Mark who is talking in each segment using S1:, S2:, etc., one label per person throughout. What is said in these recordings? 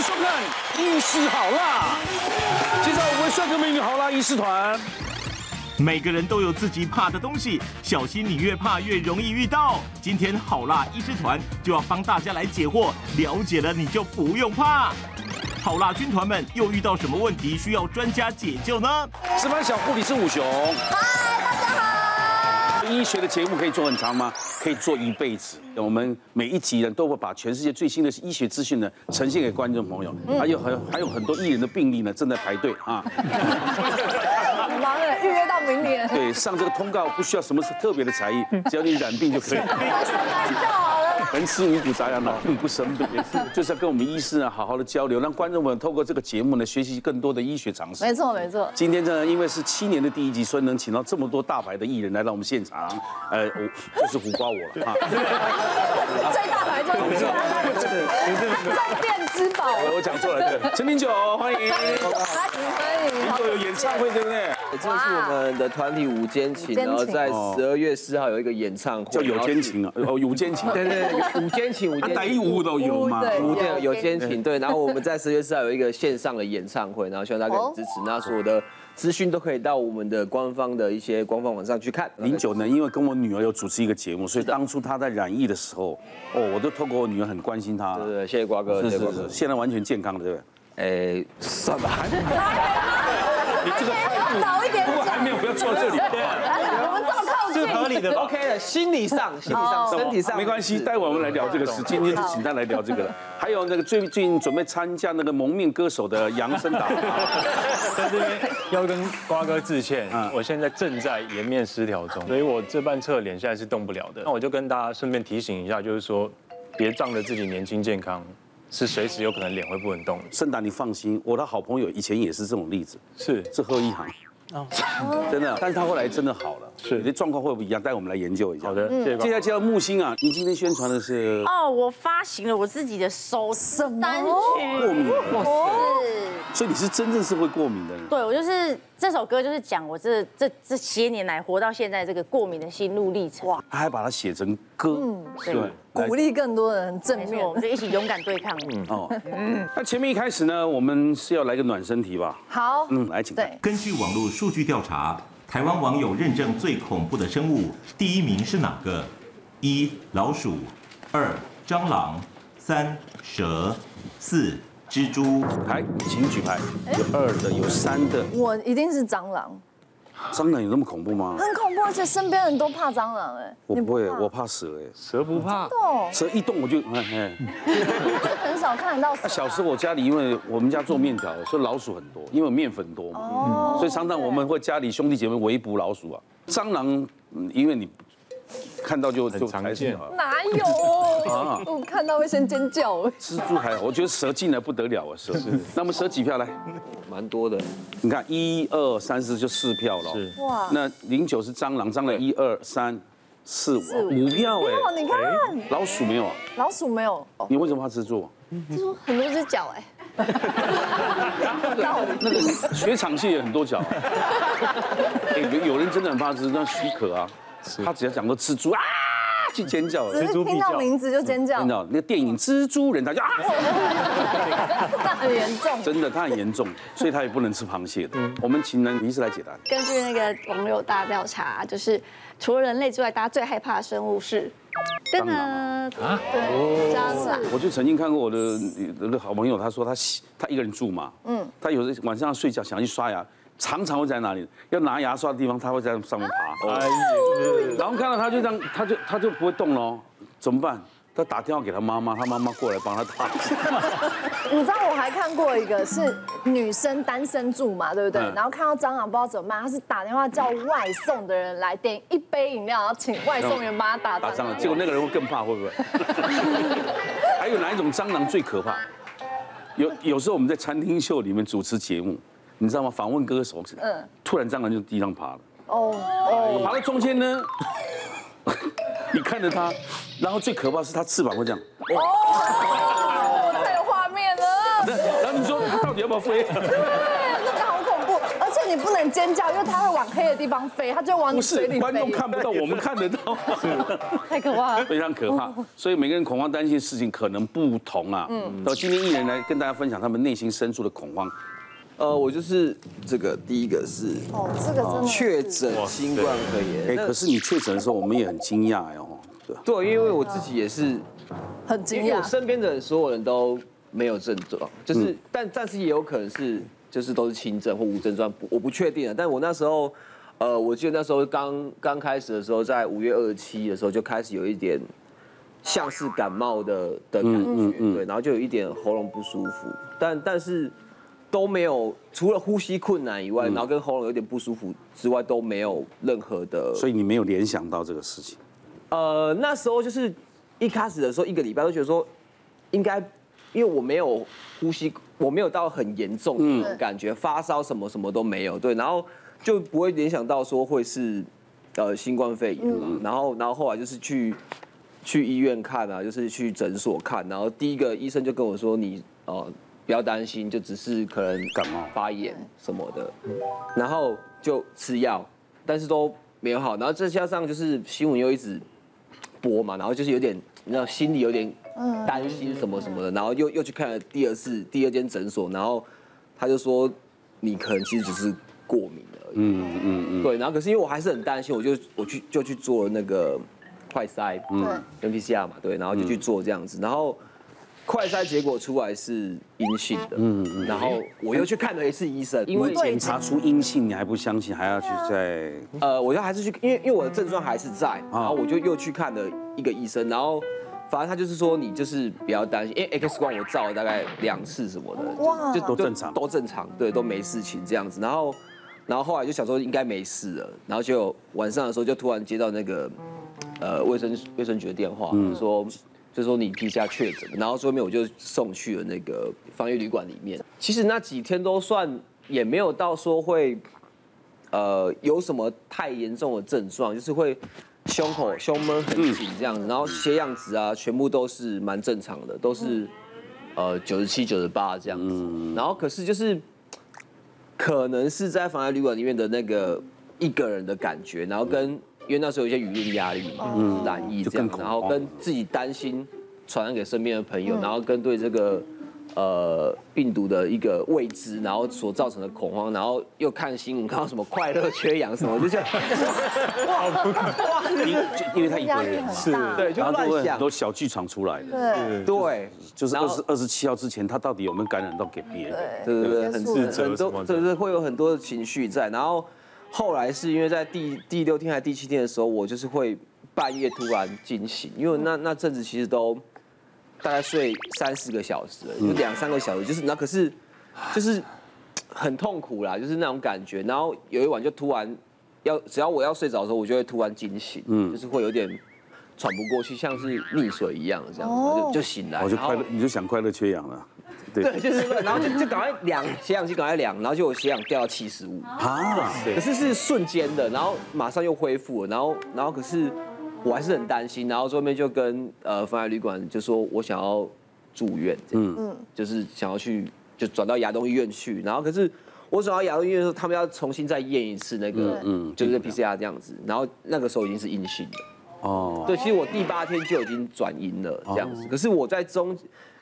S1: 收看《医师好辣》，介绍我们帅哥美女好辣医师团。
S2: 每个人都有自己怕的东西，小心你越怕越容易遇到。今天好辣医师团就要帮大家来解惑，了解了你就不用怕。好辣军团们又遇到什么问题需要专家解救呢？
S1: 值班小护理是武雄。医学的节目可以做很长吗？可以做一辈子。我们每一集呢，都会把全世界最新的医学资讯呢，呈现给观众朋友。还有很还有很多艺人的病例呢，正在排队啊。
S3: 忙了，预约到明年。
S1: 对，上这个通告不需要什么特别的才艺，只要你染病就可以。
S3: 就好了啦。
S1: 能吃五谷杂粮，老病不生病，就是要跟我们医师呢啊好好的交流，让观众们透过这个节目呢，学习更多的医学常识。
S3: 没错，没错。
S1: 今天呢，因为是七年的第一集，所以能请到这么多大牌的艺人来到我们现场，呃，我就是胡瓜我了啊。
S3: 最大牌就是重电之宝，
S1: 我讲错了，对，陈明九欢迎，
S3: 来欢迎
S1: 明九有演唱会对不对？
S4: 这个是我们的团体五间
S3: 五间
S4: 情，
S3: 情
S4: 然后在
S1: 哦
S4: 十二月四号有一个演唱会，
S1: 叫有
S4: 然
S1: 奸
S4: 后
S1: 情啊，哦有奸情，
S4: 对，对对，有五间情，五
S1: 啊，
S4: 间
S1: 逮
S4: 情。
S1: 五都有嘛，
S3: 对
S4: 五间有间情对，然后我们在十月四号有一个线上的演唱会，然后希望大家可以支持。那所有的资讯都可以到我们的官方的一些官方网站去看。
S1: 零九呢，因为跟我女儿有主持一个节目，所以当初她在染疫的时候，哦，我都透过我女儿很关心她
S4: 对，对，对谢谢瓜哥，
S1: 是
S4: 谢谢
S1: 是
S4: 瓜
S1: 是
S4: 哥，。
S1: 现在完全健康了，对不对？
S4: 哎，算吧，
S1: 你这个态度，
S3: 早一点
S1: 不过还没有不要坐这里，
S3: 我们照靠近，
S4: 理的 OK 的，心理哎上，心理上， 身体上
S1: 没关系，
S4: 是
S1: 待会我们来聊这个事。今天就请他来聊这个了。还有那个最最近准备参加那个蒙面歌手的杨森达，
S5: 在这边要跟瓜哥致歉
S1: 嗯，
S5: 我现在正在颜面失调中，所以我这半侧脸现在是动不了的。那我就跟大家顺便提醒一下，就是说，别仗着自己年轻健康，是随时有可能脸会不能动。
S1: 森达你放心，我的好朋友以前也是这种例子，
S5: 是
S1: 是贺一航。
S6: 哦
S1: 真
S4: 哦
S1: 的，但是他后来真的好了，
S5: 是
S1: 你的状况会不一样，待会我们来研究一下。
S5: 好，的，谢谢瓜
S1: 接下
S5: 哥
S1: 来。介绍木星啊，你今天宣传的是
S6: 嗯哦，我发行了我自己的首
S3: 什么
S6: 单曲，
S1: 过敏，
S6: 是
S1: 所以你是真正是会过敏的人。
S6: 对我就是这首歌，就是讲我这这这些年来活到现在这个过敏的心路历程。哇，嗯
S1: 他还把它写成歌，对，来
S3: 鼓励更多人正
S6: 没
S3: 面
S6: 错，我。们就一起勇敢对抗。
S1: 哦。
S6: 嗯
S1: 那前面一开始呢，我们是要来个暖身题吧？
S3: 好，
S1: 嗯，来，请看
S3: 对，
S2: 根据网络数据调查，台湾网友认证最恐怖的生物，第一名是哪个？一老鼠，二蟑螂，三蛇，四蜘蛛。
S1: 牌，请举牌，有二的，有三的。
S3: 我一定是蟑螂，
S1: 蟑螂有那么恐怖吗？
S3: 很恐怖，而且身边人都怕蟑螂哎。
S1: 我不会，
S3: 怕
S1: 我怕蛇哎，
S5: 蛇不怕，
S3: 哦，
S1: 蛇一动我就哎哎。
S3: 很少看得到。
S1: 那小时候我家里因为我们家做面条，所以老鼠很多，因为面粉多嘛，
S3: 哦
S1: 所以常常我们会家里兄弟姐妹围捕老鼠啊。蟑螂，嗯因为你看到就就
S5: 很常
S1: 还是
S5: 见
S1: 好
S3: 哪有？
S1: 啊
S3: 我看到会先尖叫。
S1: 蜘蛛还好，我觉得蛇进来不得了啊，蛇。那我们蛇几票来？
S4: 蛮多的。
S1: 你看一二三四就四票了。
S5: 是
S3: 哇
S1: 那零九是蟑螂，蟑螂一二三四
S3: 四
S1: 五五票
S3: 哇，
S1: 哎。
S3: 哦你看
S1: 老鼠没有啊？
S3: 老鼠没有，
S1: 你为什么怕蜘蛛啊？
S3: 很多只脚哎。
S1: 那个雪场蟹也很多脚、啊，哎有有人真的很怕蜘蛛，那许可啊，他只要讲到蜘蛛啊，去尖叫，
S3: 只是
S5: 蛛
S3: 听
S5: 必
S3: 到
S5: 叫
S3: 名字就尖叫
S1: 真，的，那个电影《蜘蛛人》，他就啊，
S3: 那很严重。
S1: 真的，他很严重，所以他也不能吃螃蟹的。我们请男医师来解答，
S7: 根据那个网友大调查，就是除了人类之外，大家最害怕的生物是，
S1: 蟑螂啊
S7: 对，蟑螂。
S1: 我就曾经看过我的那个好朋友，他说他洗他一个人住嘛，嗯，他有时晚上睡觉想去刷牙，常常会在哪里要拿牙刷的地方，他会在上面爬。
S5: 哎
S1: 然后看到他就这样，他就他就不会动喽，怎么办？他打电话给他妈妈，他妈妈过来帮他打。
S3: 你知道我还看过一个是女生单身住嘛，对不对？
S1: 嗯
S3: 然后看到蟑螂不知道怎么办，她是打电话叫外送的人来点一杯饮料，然后请外送员帮她打
S1: 打
S3: 蟑
S1: 蟑
S3: 螂
S1: 螂，。结果那个人会更怕，会不会？ 还有哪一种蟑螂最可怕？有有时候我们在餐厅秀里面主持节目，你知道吗？访问歌手，
S3: 嗯
S1: 突然蟑螂就地上爬了，
S3: 哦，
S1: 爬到中间呢， 你看着它，然后最可怕是它翅膀会这样，
S3: 哦太有画面了，
S1: 然后你说它到底要不要飞？
S3: 那个好恐怖。而且是你不能尖叫，因为它会往黑的地方飞，它就往你
S1: 不
S3: 嘴
S1: 是
S3: 里飞。
S1: 观众看不到，我们看得到，
S6: 太可怕 了。
S1: 非常可怕。
S3: 哦
S1: 所以每个人恐慌担心的事情可能不同啊。嗯，那今天艺人来跟大家分享他们内心深处的恐慌。
S4: 呃，我就是这个第一个是
S3: 哦，这个真的
S4: 确诊新冠肺炎，
S1: 哎，
S4: 那
S1: 可是你确诊的时候，我们也很惊讶哎哦。对
S4: 对，因为我自己也是，
S3: 很惊
S4: 因为我
S3: 讶。
S4: 身边的人所有人都没有症状，就是但但是也有可能是就是都是轻症或无症状，不我不确定啊。但我那时候，呃，我记得那时候刚刚开始的时候，在五月二十七的时候就开始有一点像是感冒的的感觉，对，然后就有一点喉咙不舒服，但但是都没有，除了呼吸困难以外，然后跟喉咙有点不舒服之外，都没有任何的。
S1: 所以你没有联想到这个事情，
S4: 呃，那时候就是一开始的时候，一个礼拜都觉得说，应该，因为我没有呼吸，我没有到很严重的那种感觉，发烧什么什么都没有，对，然后就不会联想到说会是呃新冠肺炎嘛，然后然后后来就是去去医院看啊，就是去诊所看，然后第一个医生就跟我说你呃不要担心，就只是可能
S1: 感冒
S4: 发炎什么的，然后就吃药，但是都没有好，然后再加上就是新闻又一直播嘛，然后就是有点，你知道心里有点担心什么什么的，然后又又去看了第二次第二间诊所，然后他就说你可能其实只是过敏而已，嗯嗯嗯，对，然后可是因为我还是很担心，我就我去就去做那个快筛，嗯跟 PCR 嘛，对，然后就去做这样子，然后。快筛结果出来是阴性的，嗯嗯，然后我又去看了一次医生，因为
S1: 检查出阴性，你还不相信，还要去再
S4: 呃，我就还是去，因为因为我的症状还是在，然后我就又去看了一个医生，然后反正他就是说你就是不要担心，因为 X 光我照了大概两次什么的，
S3: 哇
S4: 就
S1: 都正常
S4: 都正常，对，都没事情这样子。然后然后后来就想说应该没事了，然后就晚上的时候就突然接到那个呃卫生卫生局的电话，
S1: 嗯
S4: 说。就说你 PCR 确诊，然后最后面我就送去了那个防疫旅馆里面。其实那几天都算也没有到说会呃有什么太严重的症状，就是会胸口胸闷很紧这样子，然后血氧值啊全部都是蛮正常的，都是呃九十七九十八这样子。
S1: 嗯
S4: 然后可是就是可能是在防疫旅馆里面的那个一个人的感觉，然后跟因为那时候有一些舆论压力嘛，就是染疫这
S1: 嗯
S4: 样
S1: 就更恐，慌
S4: 然后跟自己担心传染给身边的朋友，然后跟对这个呃病毒的一个未知，然后所造成的恐慌，然后又看新闻看到什么快乐缺氧什么，就是
S1: 因因为他一
S3: 压
S1: 个
S3: 力
S1: 人嘛，
S3: 很大，
S4: 对，就
S1: 然后就会
S4: 乱
S1: 很
S4: 想，
S1: 多小剧场出来的，
S3: 对，
S4: 对，
S1: 就是
S4: 然
S1: 二
S4: 后
S1: 十二十七号之前，他到底有没有感染到给别人？
S4: 对对对，很
S3: 接触
S5: 自责
S4: 很
S5: 什么
S4: 多，
S5: 的
S4: 对对，会有很多的情绪在。然后后来是因为在第第六天还是第七天的时候，我就是会半夜突然惊醒，因为那那阵子其实都大概睡三四个小时了，就两三个小时，就是那可是就是很痛苦啦，就是那种感觉。然后有一晚就突然要，只要我要睡着的时候，我就会突然惊醒，嗯，就是会有点。喘不过去，像是溺水一样这样，就就醒来，
S1: 我哦就
S4: 然后
S1: 快乐，你就想快乐缺氧了，
S4: 对，就是那个，然后就就赶快量血氧机，赶快量，然后就我血氧掉到七十五，
S1: 啊，
S4: 可是是瞬间的，然后马上又恢复了，然后然后可是我还是很担心，然后后面就跟呃防癌旅馆就说我想要住院，嗯嗯，就是想要去就转到亚东医院去，然后可是我转到亚东医院的时候，他们要重新再验一次那个，嗯，就是 PCR 这样子，然后那个时候已经是阴性的。
S1: 哦，
S4: 对，其实我第八天就已经转阴了这样子，可是我在中，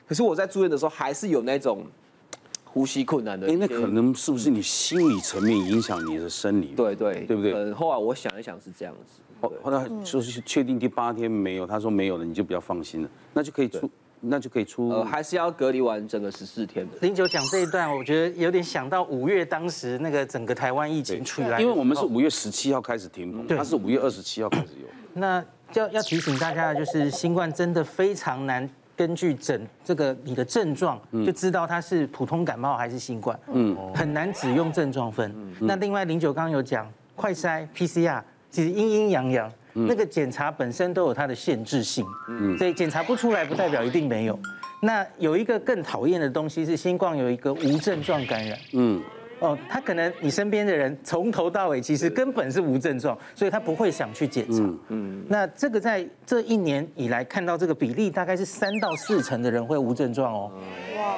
S4: 可是我在住院的时候还是有那种呼吸困难的一
S1: 哎，
S4: 些。
S1: 那可能是不是你心理层面影响你的生理？
S4: 对对
S1: 对不对？
S4: 嗯，后来我想一想是这样子，
S1: 后后来
S4: 嗯
S1: 就是确定第八天没有，他说没有了，你就比较放心了，那就可以出，那就可以出。
S4: 呃，还是要隔离完整个十四天的。
S8: 零九讲这一段，我觉得有点想到五月当时那个整个台湾疫情出来哦的时
S1: 因
S8: 候，
S1: 为我
S4: 哦
S1: 们是五月十七号开始停棚，
S8: 对
S1: 他是五月二十七号开始有。
S8: 那要要提醒大家的就是，新冠真的非常难。根据诊这个你的症状，
S1: 嗯
S8: 就知道它是普通感冒还是新冠，嗯，很难只用症状分。
S1: 嗯
S8: 那另外零九刚刚有讲快筛 PCR，其实阴阴阳阳，
S1: 嗯
S8: 那个检查本身都有它的限制性，嗯，所以检查不出来不代表一定没有。那有一个更讨厌的东西是新冠有一个无症状感染，
S1: 嗯
S8: 哦，他可能你身边的人从头到尾其实根本是无症状，所以他不会想去检查。嗯，那这个在这一年以来看到这个比例大概是三到四成的人会无症状哦。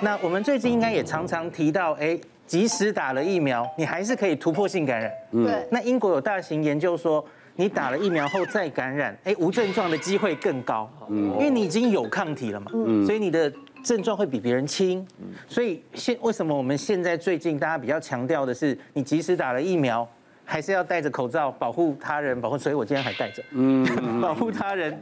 S8: 那我们最近应该也常常提到，哎，即使打了疫苗，你还是可以突破性感染。
S3: 对，
S8: 那英国有大型研究说，你打了疫苗后再感染，哎，无症状的机会更高，因为你已经有抗体了嘛，所以你的症状会比别人轻。所以现为什么我们现在最近大家比较强调的是，你即使打了疫苗。还是要戴着口罩保护他人，保护，所以我今天还戴着， 保护他人，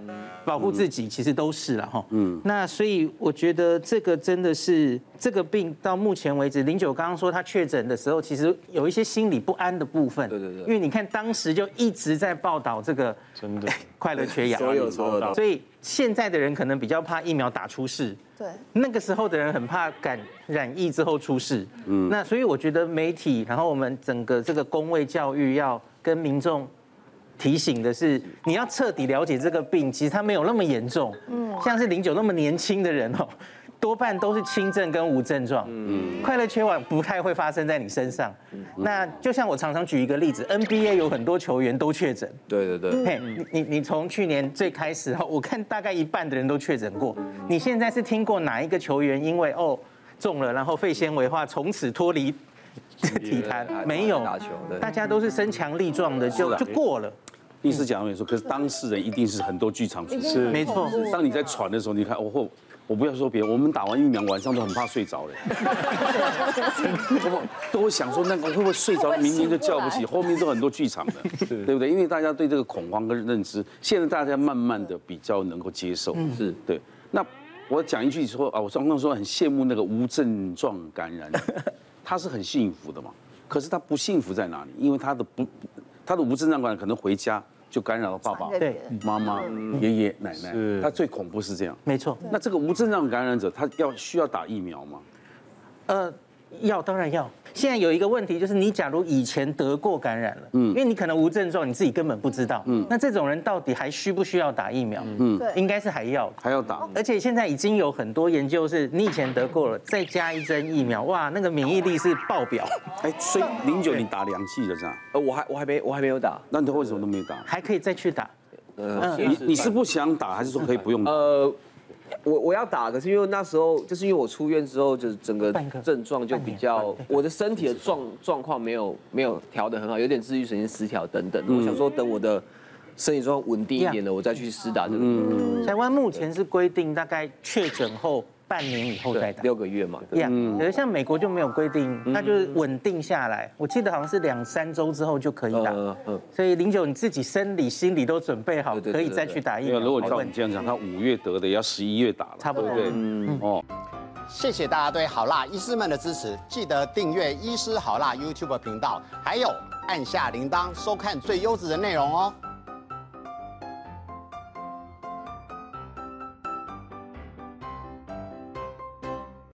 S8: 保护自己，其实都是了哈。嗯，那所以我觉得这个真的是这个病到目前为止，林九刚刚说他确诊的时候，其实有一些心理不安的部分。
S4: 对对对
S8: 因为你看当时就一直在报道这个
S5: 真的
S8: 快乐缺氧，
S4: 所有所有的
S8: 所以现在的人可能比较怕疫苗打出事，
S3: 对，
S8: 那个时候的人很怕感染疫之后出事，嗯，那所以我觉得媒体，然后我们整个这个公卫教育要跟民众提醒的是，你要彻底了解这个病，其实它没有那么严重，嗯，像是零九那么年轻的人哦。多半都是轻症跟无症状，嗯，快乐缺氧不太会发生在你身上。那就像我常常举一个例子，NBA 有很多球员都确诊，
S4: 对对对，
S8: 嘿，你你你从去年最开始哦哈，我看大概一半的人都确诊过。你现在是听过哪一个球员因为哦中了，然后肺纤维化，从此脱离体坛？没有
S4: 打球对，
S8: 大家都是身强力壮的，就就过了。
S1: 医师讲也说，可是当事人一定是很多剧场出身。
S8: 没错，
S1: 当你在喘的时候，你看我或我不要说别人，我们打完疫苗晚上都很怕睡着了，都会想说那个会不会睡着，明天就叫不起，后面都很多剧场的，对不对？因为大家对这个恐慌跟认知，现在大家慢慢的比较能够接受，
S4: 是
S1: 对。那我讲一句说啊，我刚刚说很羡慕那个无症状感染，他是很幸福的嘛。可是他不幸福在哪里？因为他的不，他的无症状感染可能回家就感染了爸爸
S3: 传给、别人
S1: 妈妈、爷爷奶奶。
S5: 是
S1: 他最恐怖是这样。
S8: 没错。
S1: 那这个无症状感染者，他要需要打疫苗吗？
S8: 呃，要当然要。现在有一个问题就是，你假如以前得过感染了，嗯，因为你可能无症状，你自己根本不知道，嗯，那这种人到底还需不需要打疫苗？嗯，
S3: 对
S8: 应该是还要的。
S1: 还要打？
S8: 而且现在已经有很多研究是，你以前得过了，再加一针疫苗，哇，那个免疫力是爆 表，
S1: 哎，所以零九你打两剂的是吧？
S4: 呃，我还我还没我还没有打，
S1: 那你为什么都没打？
S8: 还可以再去打。
S4: 呃，
S1: 嗯你你是不想打，还是说可以不用打？
S4: 呃，我我要打，可是因为那时候就是因为我出院之后，就是整个
S8: 半个
S4: 症状就比较
S8: 半年，
S4: 我的身体的状状况没有没有调得很好，有点自律神经失调等等。
S1: 嗯
S4: 我想说等我的身体状况稳定一点了，我再去施打这个。
S1: 嗯
S8: 台湾目前是规定大概确诊后半年以后再
S4: 对
S8: 打，。
S4: 六个月嘛，
S8: 一
S4: 对嗯
S8: 样，可是像美国就没有规定，它就是稳定下来。我记得好像是两三周之后就可以打
S4: 嗯嗯，
S8: 所以零九你自己生理、心理都准备好，
S4: 对对对
S8: 可以再去打疫
S1: 没有，
S8: 苗。
S1: 如果照
S8: 没
S1: 你
S8: 问题
S1: 这样讲，他五月得的也要十一月打了，
S8: 差不多
S1: 对对？哦，
S9: 谢谢大家对好辣医师们的支持，记得订阅医师好辣 YouTube 频道，还有按下铃铛收看最优质的内容哦。